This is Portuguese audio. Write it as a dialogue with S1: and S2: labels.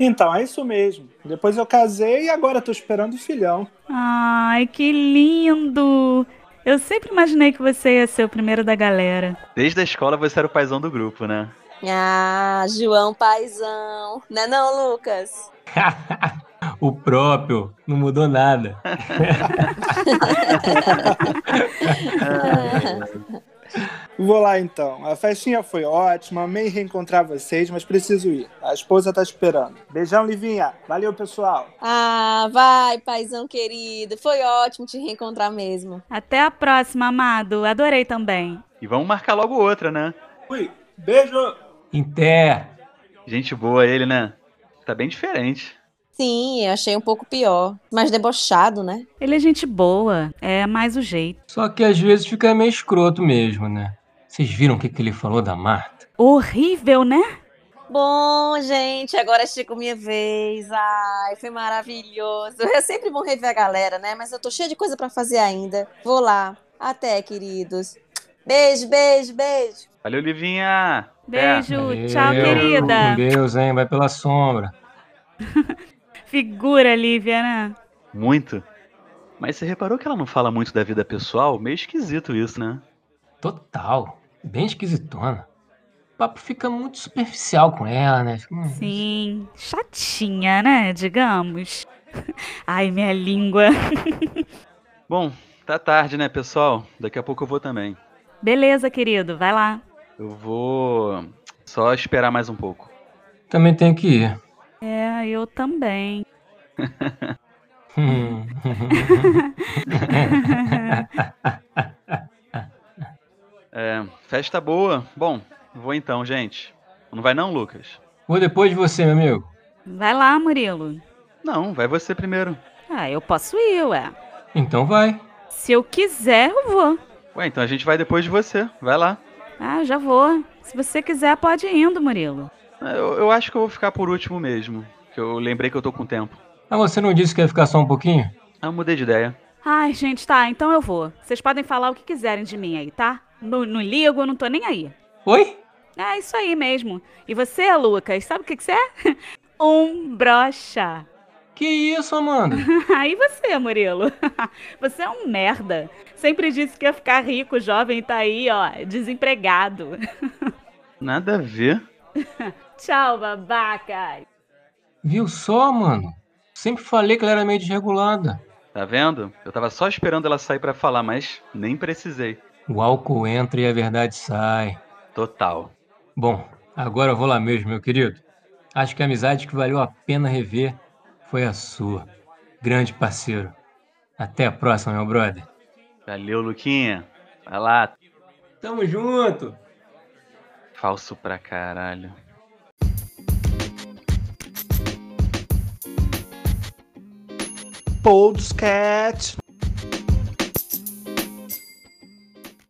S1: Então, é isso mesmo. Depois eu casei e agora tô esperando o filhão.
S2: Ai, que lindo! Eu sempre imaginei que você ia ser o primeiro da galera.
S3: Desde a escola você era o paizão do grupo, né?
S4: Ah, João Paizão. Né não, não, Lucas?
S5: o próprio, não mudou nada.
S4: Ah,
S1: Vou lá então. A festinha foi ótima, amei reencontrar vocês, mas preciso ir. A esposa tá esperando. Beijão, Livinha. Valeu, pessoal.
S4: Ah, vai, paizão querido. Foi ótimo te reencontrar mesmo.
S2: Até a próxima, amado. Adorei também.
S3: E vamos marcar logo outra, né?
S1: Fui. Beijo.
S5: Em pé.
S3: Gente boa ele, né? Tá bem diferente.
S4: Sim, eu achei um pouco pior. Mais debochado, né?
S2: Ele é gente boa, é mais o jeito.
S5: Só que às vezes fica meio escroto mesmo, né? Vocês viram o que, que ele falou da Marta?
S2: Horrível, né?
S4: Bom, gente, agora chegou minha vez. Ai, foi maravilhoso. É sempre bom rever a galera, né? Mas eu tô cheia de coisa para fazer ainda. Vou lá. Até, queridos. Beijo, beijo, beijo.
S3: Valeu, Livinha.
S2: Beijo,
S5: Valeu,
S2: tchau,
S5: Com
S2: querida.
S5: Deus, hein? Vai pela sombra.
S2: Figura, Lívia, né?
S3: É, Muito. Mas você reparou que ela não fala muito da vida pessoal? Meio esquisito isso, né?
S5: Total. Bem esquisitona. O papo fica muito superficial com ela, né? Fica- hum,
S2: Sim, chatinha, né? Digamos. Ai, minha língua.
S3: Bom, tá tarde, né, pessoal? Daqui a pouco eu vou também.
S2: Beleza, querido, vai lá.
S3: Eu vou só esperar mais um pouco.
S5: Também tenho que ir.
S2: É, eu também.
S5: Hum.
S3: É, festa boa. Bom, vou então, gente. Não vai não, Lucas?
S5: Vou depois de você, meu amigo.
S2: Vai lá, Murilo.
S3: Não, vai você primeiro.
S2: Ah, eu posso ir, ué.
S5: Então vai.
S2: Se eu quiser, eu vou.
S3: Ué, então a gente vai depois de você. Vai lá.
S2: Ah, já vou. Se você quiser, pode ir indo, Murilo.
S3: Ah, Eu, eu acho que eu vou ficar por último mesmo. Que eu lembrei que eu tô com tempo.
S5: Ah, você não disse que ia ficar só um pouquinho?
S3: Ah, eu mudei de ideia.
S2: Ai, gente, tá, então eu vou. Vocês podem falar o que quiserem de mim aí, tá? Não, não ligo, eu não tô nem aí.
S5: Oi?
S2: É isso aí mesmo. E você, Lucas, sabe o que, que você é? um brocha.
S5: Que isso, Amanda?
S2: Aí você, Murilo? Você é um merda. Sempre disse que ia ficar rico, jovem, e tá aí, ó, desempregado.
S3: Nada a ver.
S2: Tchau, babaca.
S5: Viu só, mano? Sempre falei que ela era meio desregulada.
S3: Tá vendo? Eu tava só esperando ela sair pra falar, mas nem precisei.
S5: O álcool entra e a verdade sai.
S3: Total.
S5: Bom, agora eu vou lá mesmo, meu querido. Acho que a amizade que valeu a pena rever foi a sua. Grande parceiro. Até a próxima, meu brother.
S3: Valeu, Luquinha. Vai lá.
S5: Tamo junto!
S3: Falso pra caralho.
S1: Podcast.